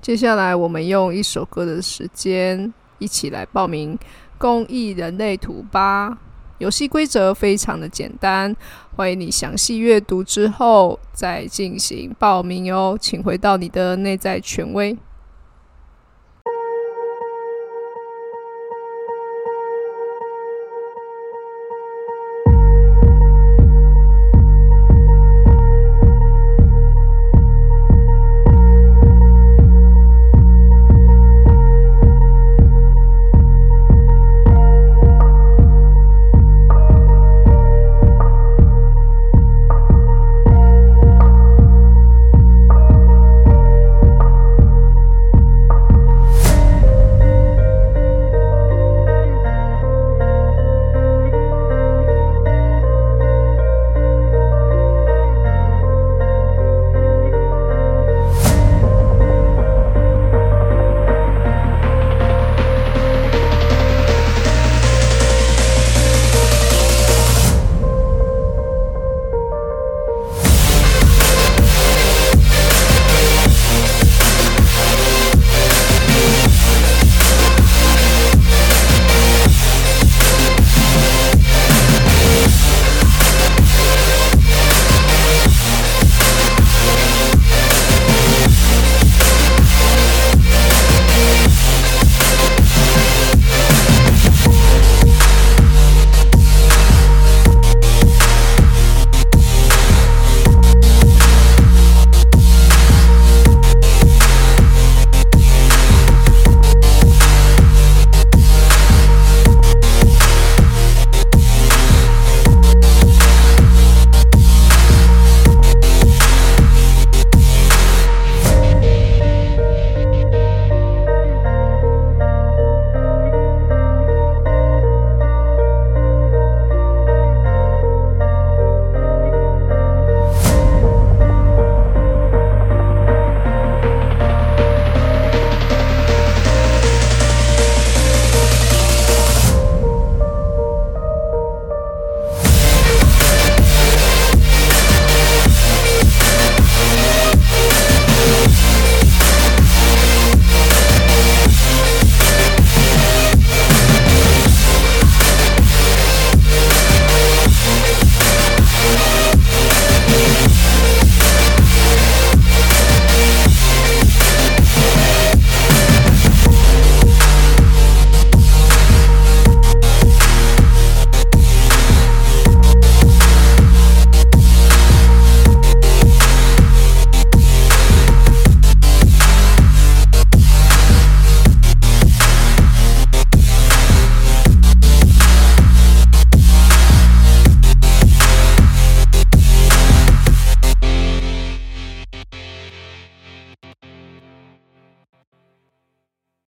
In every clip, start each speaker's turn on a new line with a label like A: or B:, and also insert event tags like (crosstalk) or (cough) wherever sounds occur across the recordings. A: 接下来，我们用一首歌的时间，一起来报名公益人类图吧。游戏规则非常的简单，欢迎你详细阅读之后再进行报名哦。请回到你的内在权威。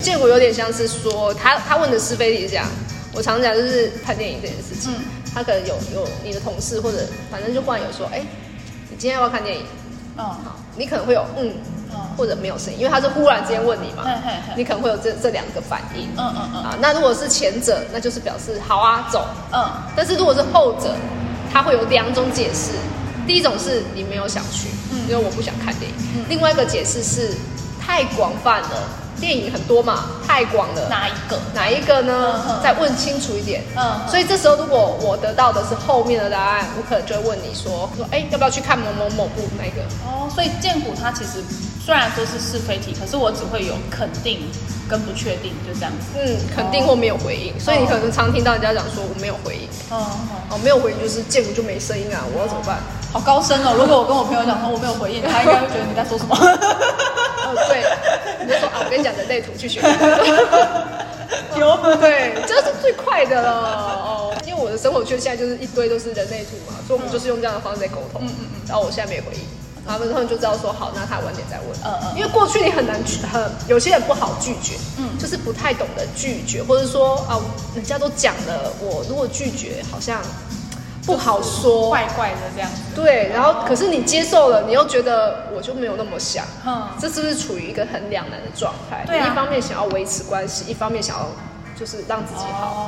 A: 结果有点像是说，他他问的是非题这样。我常讲就是看电影这件事情，他可能有有你的同事或者反正就忽然有说，哎、你今天要不要看电影？
B: 嗯
A: 好，你可能会有嗯
B: 嗯
A: 或者没有声音，因为他是忽然之间问你嘛
B: 嘿嘿嘿，
A: 你可能会有这这两个反应。
B: 嗯嗯嗯
A: 啊，那如果是前者，那就是表示好啊走，
B: 嗯
A: 但是如果是后者，它会有两种解释。第一种是你没有想去，
B: 嗯
A: 因为我不想看电影；另外一个解释是太广泛了，电影很多嘛，太广了。
B: 哪一个？
A: 哪一个呢？
B: 嗯嗯
A: 再问清楚一点。
B: 嗯嗯
A: 所以这时候如果我得到的是后面的答案，我可能就会问你说，说哎、要不要去看某某某部那个？
B: 哦，所以建股它其实虽然说是是非题，可是我只会有肯定跟不确定，就这样子。
A: 嗯，肯定或没有回应。所以你可能常听到人家讲说我没有回应，
B: 嗯嗯，
A: 哦，没有回应就是见骨就没声音啊，我要怎么办？
B: 好高深哦！如果我跟我朋友讲说我没有回应，他应该会觉得你在说什么。 (laughs)
A: 哦，对，你就说啊，我跟你讲人类图去学。有对，这是最快的了哦。因为我的生活圈现在就是一堆都是人类图嘛，所以我们就是用这样的方式在沟通。嗯嗯嗯。然后我现在没回应，然后他们他们就知道说好，那他晚点再问。
B: 嗯嗯
A: 因为过去你很难拒，很有些人不好拒绝，
B: 嗯
A: 就是不太懂得拒绝，或者说啊，人家都讲了，我如果拒绝好像不好说。
B: 怪怪的这样子。
A: 对，然后可是你接受了，你又觉得我就没有那么想，
B: 嗯
A: 这是不是处于一个很两难的状态？
B: 对啊
A: 你一方面想要维持关系，一方面想要就是让自己好。
B: 哦，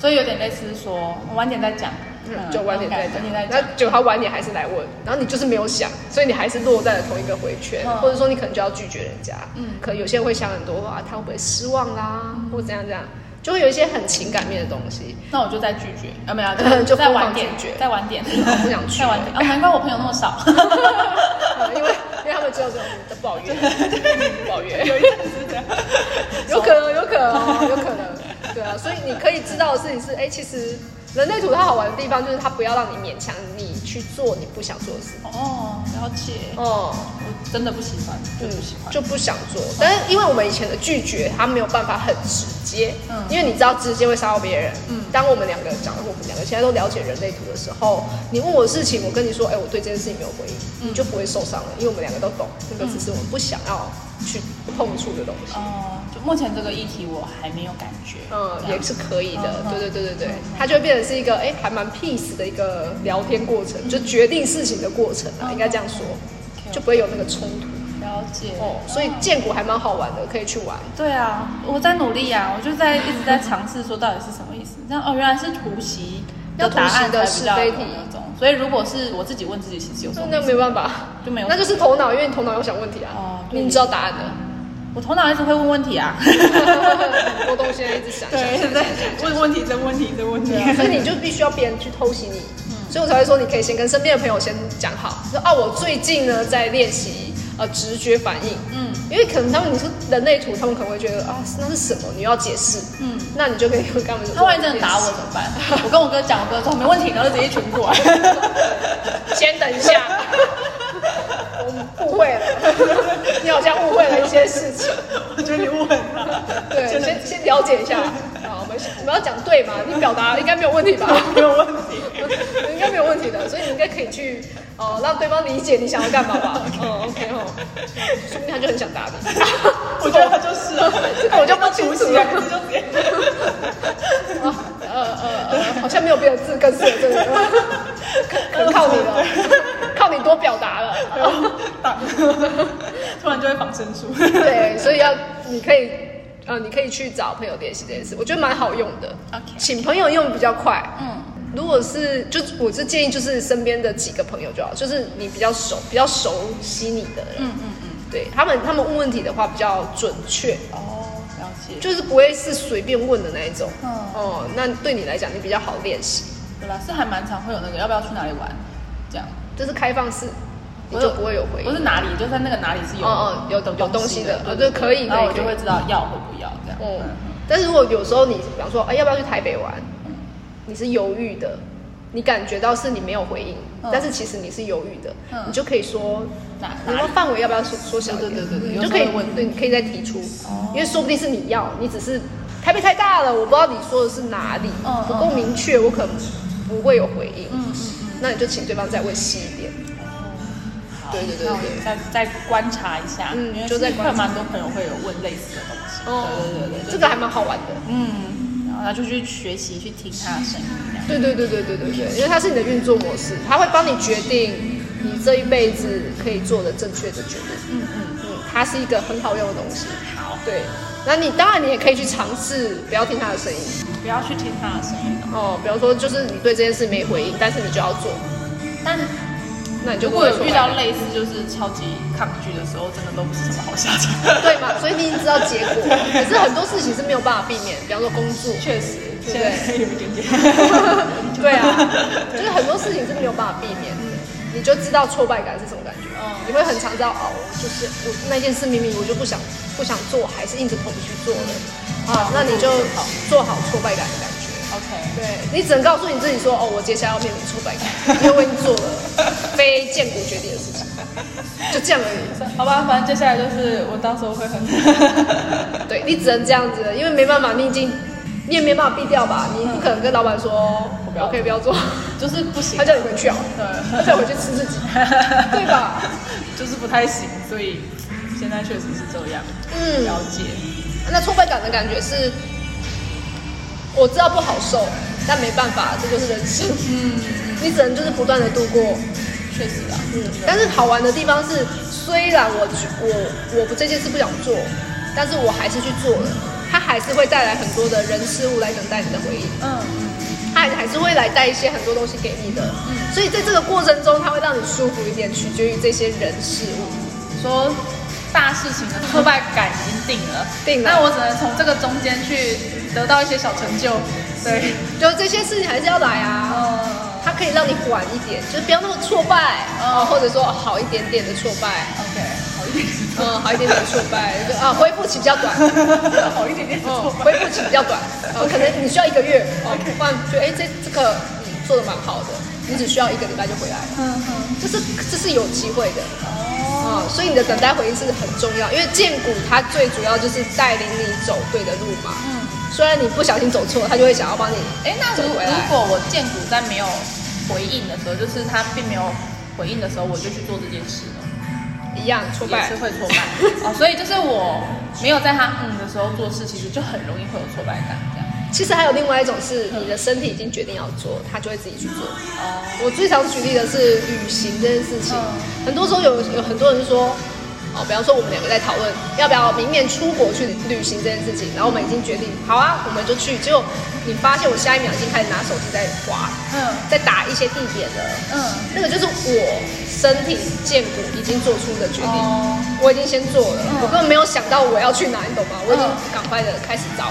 B: 所以有点类似说，我晚点再讲，
A: 嗯，
B: 嗯
A: 就晚点
B: OK，
A: 再讲
B: 晚点再。
A: 那
B: 讲
A: 结果他晚点还是来问，然后你就是没有想，所以你还是落在了同一个回圈，
B: 嗯
A: 或者说你可能就要拒绝人家。
B: 嗯
A: 可能有些人会想很多啊，他会不会失望啦，或怎样怎样，就会有一些很情感面的东
B: (laughs)
A: 西。，
B: 那我就再拒绝啊，没有
A: (laughs) 就
B: 再
A: 疯狂
B: 晚点
A: 拒绝
B: 再晚点，
A: 我不想去
B: 再晚点啊，难怪我朋友那
A: (laughs)
B: 么少。
A: 呃 (laughs) 因为因为他们只有这种的抱
B: (laughs)
A: 怨，抱怨，
B: 有一阵子这样，
A: 有可能，有可能哦，有可能，对啊，所以你可以知道的事情是，哎、其实人类图它好玩的地方就是它不要让你勉强你去做你不想做的事，
B: 哦，了解，
A: 哦、
B: 我真的不喜欢，就
A: 嗯
B: 不喜欢，
A: 就不想做。但是因为我们以前的拒绝，他没有办法很直接，
B: 嗯
A: 因为你知道直接会伤到别人。
B: 嗯
A: 当我们两个讲，我们两个现在都了解人类图的时候，你问我的事情，我跟你说，哎、我对这件事情没有回应，
B: 嗯
A: 你就不会受伤了，因为我们两个都懂，那个只是我们不想要去碰触的东西。
B: 哦，就目前这个议题我还没有感觉，
A: 嗯，
B: 这样
A: 也是可以的，
B: 嗯
A: 对对对对对
B: 嗯，
A: 它就会变成是一个哎、还蛮 peace 的一个聊天过程，就决定事情的过程啊，
B: 嗯
A: 应该这样说，
B: 嗯
A: 就不会有那个冲突
B: 了解
A: 哦。所以建国还蛮好玩的，可以去玩。
B: 对啊，我在努力啊，我就在一直在尝试说到底是什么意思。这样哦，原来是突袭
A: 要
B: 的答案
A: 突
B: 才比
A: 袭的
B: 较有
A: 是非题
B: 那种。所以如果是我自己问自己，其实有时候
A: 那没办法，
B: 就没有
A: 那就是头脑，因为你头脑有想问题啊，
B: 哦对
A: 你知道答案的。
B: 我头脑一直会问问题啊，
A: (laughs) 很多东西在一直想，想
B: (laughs) 对，一直在问问题，真问题，真问题。啊
A: 所以你就必须要别人去偷袭你，
B: 嗯
A: 所以我才会说你可以先跟身边的朋友先讲好，说啊，我最近呢在练习呃直觉反应，
B: 嗯
A: 因为可能他们你说人类图，他们可能会觉得啊那是什么，你要解释，
B: 嗯，
A: 那你就可以跟他们说，
B: 他万一真的打我怎么办？我跟我哥讲，我哥说没问题，然后就直接啊群过来。
A: 先等一下，我们误会 (laughs) 了，你好像误会了一些事情，
B: 我觉得你误会了，
A: 对，先先了解一下，啊，我们我们要讲对嘛，你表达应该没有问题吧？
B: (laughs)
A: (laughs)
B: 没有问题。
A: 应该没有问题的，所以你应该可以去哦，让对方理解你想要干嘛吧。嗯，OK (laughs) 哦，说不定他就很想打 (laughs) 你。
B: (laughs) 我觉得他就是 (laughs) 啊，
A: 这个我就不清楚了
B: 两个字就直接。
A: 哦呃呃呃，好像没有别的字更适合 (laughs) 这个，可可能靠你了， (laughs) 靠你多表达了。
B: 挡，突然就会防身术。
A: 对，所以要你可以呃，你可以去找朋友练习这件事，我觉得蛮好用的。
B: OK
A: 请朋友用比较快。
B: 嗯，
A: 如果是，就是我是建议，就是身边的几个朋友就好，就是你比较熟、比较熟悉你的人，嗯嗯嗯，对他们，他们问问题的话比较准确，
B: 哦，了解。
A: 就是不会是随便问的那一种，
B: 嗯
A: 哦、那对你来讲你比较好练习，
B: 对啦，是还蛮常会有那个要不要去哪里玩这样，
A: 这是开放式，你
B: 我
A: 就
B: 有
A: 不会有回应
B: 不，是哪里，就在那个哪里是有
A: 嗯嗯有有东西的
B: 对
A: 呃就可以
B: 然后我
A: 可以
B: 就
A: 可以
B: 会知道要或不要这样。
A: 哦、
B: 嗯，
A: 但是如果有时候你比方说，哎、要不要去台北玩，你是犹豫的，你感觉到是你没有回应，
B: 嗯
A: 但是其实你是犹豫的，
B: 嗯
A: 你就可以说
B: 哪
A: 你
B: 哪
A: 要
B: 里
A: 范围要不要缩缩小一点？
B: 对对对对
A: 你
B: 有
A: 就
B: 时
A: 可
B: 候
A: 以
B: 会问
A: 对，你可以再提出
B: 哦，
A: 因为说不定是你要，你只是台北太大了，我不知道你说的是哪里
B: 嗯，
A: 不够明确，我可能不会有回应。
B: 嗯嗯
A: 那你就请对方再问细一点。
B: 嗯，好
A: 对对对
B: 那我
A: 对
B: 再再观察一下，
A: 嗯
B: 因为
A: 就在
B: 是会
A: 观察
B: 蛮多朋友会有问类似的东西。对对对
A: 哦
B: 对
A: 这
B: 对，
A: 个还蛮好玩的。
B: 嗯，然后他就去学习去听他的声音这样。
A: 对对对对对对对，因为它是你的运作模式，它会帮你决定你这一辈子可以做的正确的决定。
B: 嗯嗯，
A: 嗯，它是一个很好用的东西。
B: 好，
A: 对，那你当然你也可以去尝试，不要听他的声音
B: 不要去听他的声音哦。
A: 哦。比方说，就是你对这件事没回应，但是你就要做，
B: 但
A: 那你就
B: 如
A: 不
B: 果
A: 会
B: 有
A: 说哎
B: 遇到类似就是超级抗拒的时候，真的都不是什么好下场。
A: 对嘛？所以你已经知道结果，可是很多事情是没有办法避免，比方说工作，
B: 确实，
A: 对
B: 现在 (laughs) 有一点点。
A: 对啊， (laughs) 就是很多事情是没有办法避免的，你就知道挫败感是什么感觉，
B: 嗯
A: 你会很常知道哦，就是我那件事明明我就不想不想做，还是硬着头皮去做了，啊，那你就做好挫败感的感觉。
B: OK，
A: 对你只能告诉你自己说，哦，我接下来要面临挫败 (laughs) 感，因为我已经做了 (laughs) 非建国决定的事情，就这样而已。
B: 好吧，反正接下来就是我到时候会很。
A: (laughs) 对你只能这样子，因为没办法，你已经你也没办法避掉吧，你不可能跟老板说，我可以不要做，
B: 就是不行
A: 他，叫你回去啊，他叫你回
B: 对，
A: 去吃自己，对吧？
B: 就是不太行，所以现在确实是这样。
A: 嗯，
B: 了解，
A: 那挫败感的感觉是，我知道不好受，但没办法，这就是人生，你只能就是不断的度过。
B: 确实啊，
A: 嗯，但是好玩的地方是，虽然我去我我不这件事不想做，但是我还是去做了，它还是会带来很多的人事物来等待你的回应。
B: 嗯，
A: 他还还是会来带一些很多东西给你的。所以在这个过程中，他会让你舒服一点，取决于这些人事物。
B: 说大事情的挫败感已经定了，
A: 定了
B: 那我只能从这个中间去得到一些小成就。对，
A: 就这些事情还是要来啊，
B: 呃
A: 它可以让你缓一点，就是不要那么挫败，
B: 嗯
A: 哦，或者说好一点点的挫败，
B: ，OK，好一点，
A: 嗯，好一点点的挫败，就啊，恢复期比较短，
B: 好一点点的
A: 哦
B: 挫，败。
A: 恢复期比较
B: (laughs)
A: 短，哦，可能你需要一个月，哦，不然觉得哎，这这个你做的蛮好的，你只需要一个礼拜就回来了，
B: 嗯哼，
A: 这是这是有机会的，
B: 哦，
A: 哦，所以你的等待回应是很重要，因为建股它最主要就是带领你走对的路嘛，
B: 嗯，
A: 虽然你不小心走错，它就会想要帮你，
B: 哎，那
A: 走
B: 如
A: 回来
B: 如果我见股在没有回应的时候，就是他并没有回应的时候，我就去做这件事了。
A: 一样挫
B: 也
A: 败
B: 是。会挫败哦，所以就是 (laughs) 我没有在他嗯的时候做事，其实就很容易会有挫败感这样。
A: 其实还有另外一种是，你的身体已经决定要做，他就会自己去做。
B: 哦，
A: 我最常举例的是旅行这件事情，
B: 嗯
A: 很多时候有有很多人说，哦，比方说我们两个在讨论要不要明年出国去旅行这件事情，然后我们已经决定好啊，我们就去。结果你发现我下一秒已经开始拿手机在滑，
B: 嗯
A: 在打一些地点了。
B: 嗯，
A: 那个就是我身体健骨已经做出的决定，
B: 哦
A: 我已经先做了，
B: 嗯
A: 我根本没有想到我要去哪，你懂吗？我已经
B: 嗯哦
A: 赶快的开始找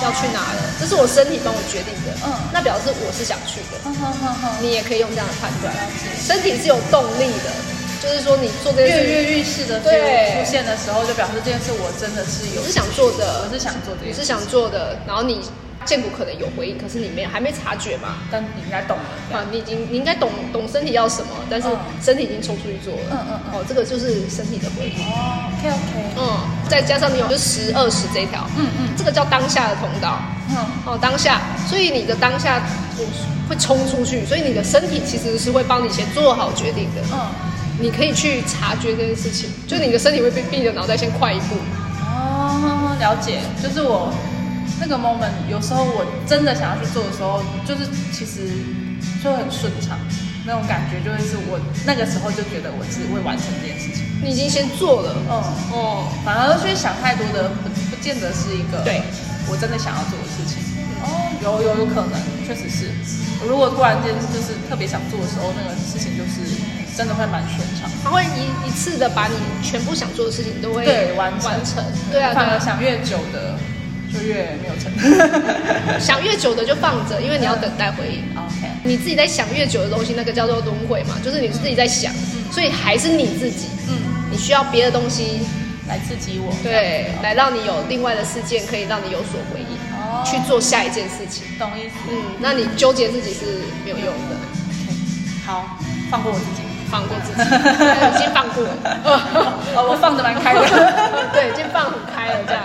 A: 要去哪了，这是我身体帮我决定的，
B: 嗯
A: 那表示我是想去的，
B: 好好好好，
A: 你也可以用这样的判断
B: 了解，
A: 身体是有动力的，就是说你做这件事，
B: 跃跃欲试的
A: 对
B: feel 出现的时候，就表示这件事我真的是有
A: 你是想做的，
B: 我是想做这
A: 你
B: 件
A: 是
B: 事，
A: 想做的，然后你健骨可能有回应，可是你没有还没察觉嘛，
B: 但你应该懂了。这样
A: 啊，你已经你应该懂懂身体要什么，但是
B: 嗯
A: 身体已经抽出去做了。
B: 嗯嗯嗯
A: 哦，这个就是身体的回应。
B: 哦，OK OK，
A: 嗯，再加上你有就十二十这一条，
B: 嗯嗯
A: 这个叫当下的通道。
B: 嗯，
A: 哦，当下，所以你的当下我会冲出去，所以你的身体其实是会帮你先做好决定的。
B: 嗯，
A: 你可以去察觉这件事情，就你的身体会被逼着脑袋先快一步。
B: 哦，了解，就是我那个 moment，有时候我真的想要去做的时候，就是其实就很顺畅，那种感觉就会是我那个时候就觉得我是会完成这件事情。
A: 你已经先做了，
B: 嗯。
A: 哦，
B: 反而去想太多的，不不见得是一个
A: 对嗯
B: 我真的想要做的事情。哦，有有有可能，确实是。如果突然间就是特别想做的时候，那个事情就是真的会蛮顺畅。
A: 它会一一次的把你全部想做的事情都会
B: 对，完成
A: 完成。对啊，对
B: 反而
A: 啊。
B: 想越久的就越没有
A: (laughs)
B: 成。
A: 想越久的就放着，因为你要等待回应。
B: OK，
A: 你自己在想越久的东西，那个叫做轮回嘛，就是你自己在想，所以还是你自己，
B: 嗯，
A: 你需要别的东西，
B: 来刺激我。
A: 对，来让你有另外的事件可以让你有所回应，
B: 哦，
A: 去做下一件事情。
B: 懂意思。
A: 嗯，那你纠结自己是没有用的，
B: 好，放过我自己。
A: 放过自己，
B: (laughs)
A: 已经放过了， (laughs)
B: 哦，我放的蛮开的。
A: 对，已经放很开了这样。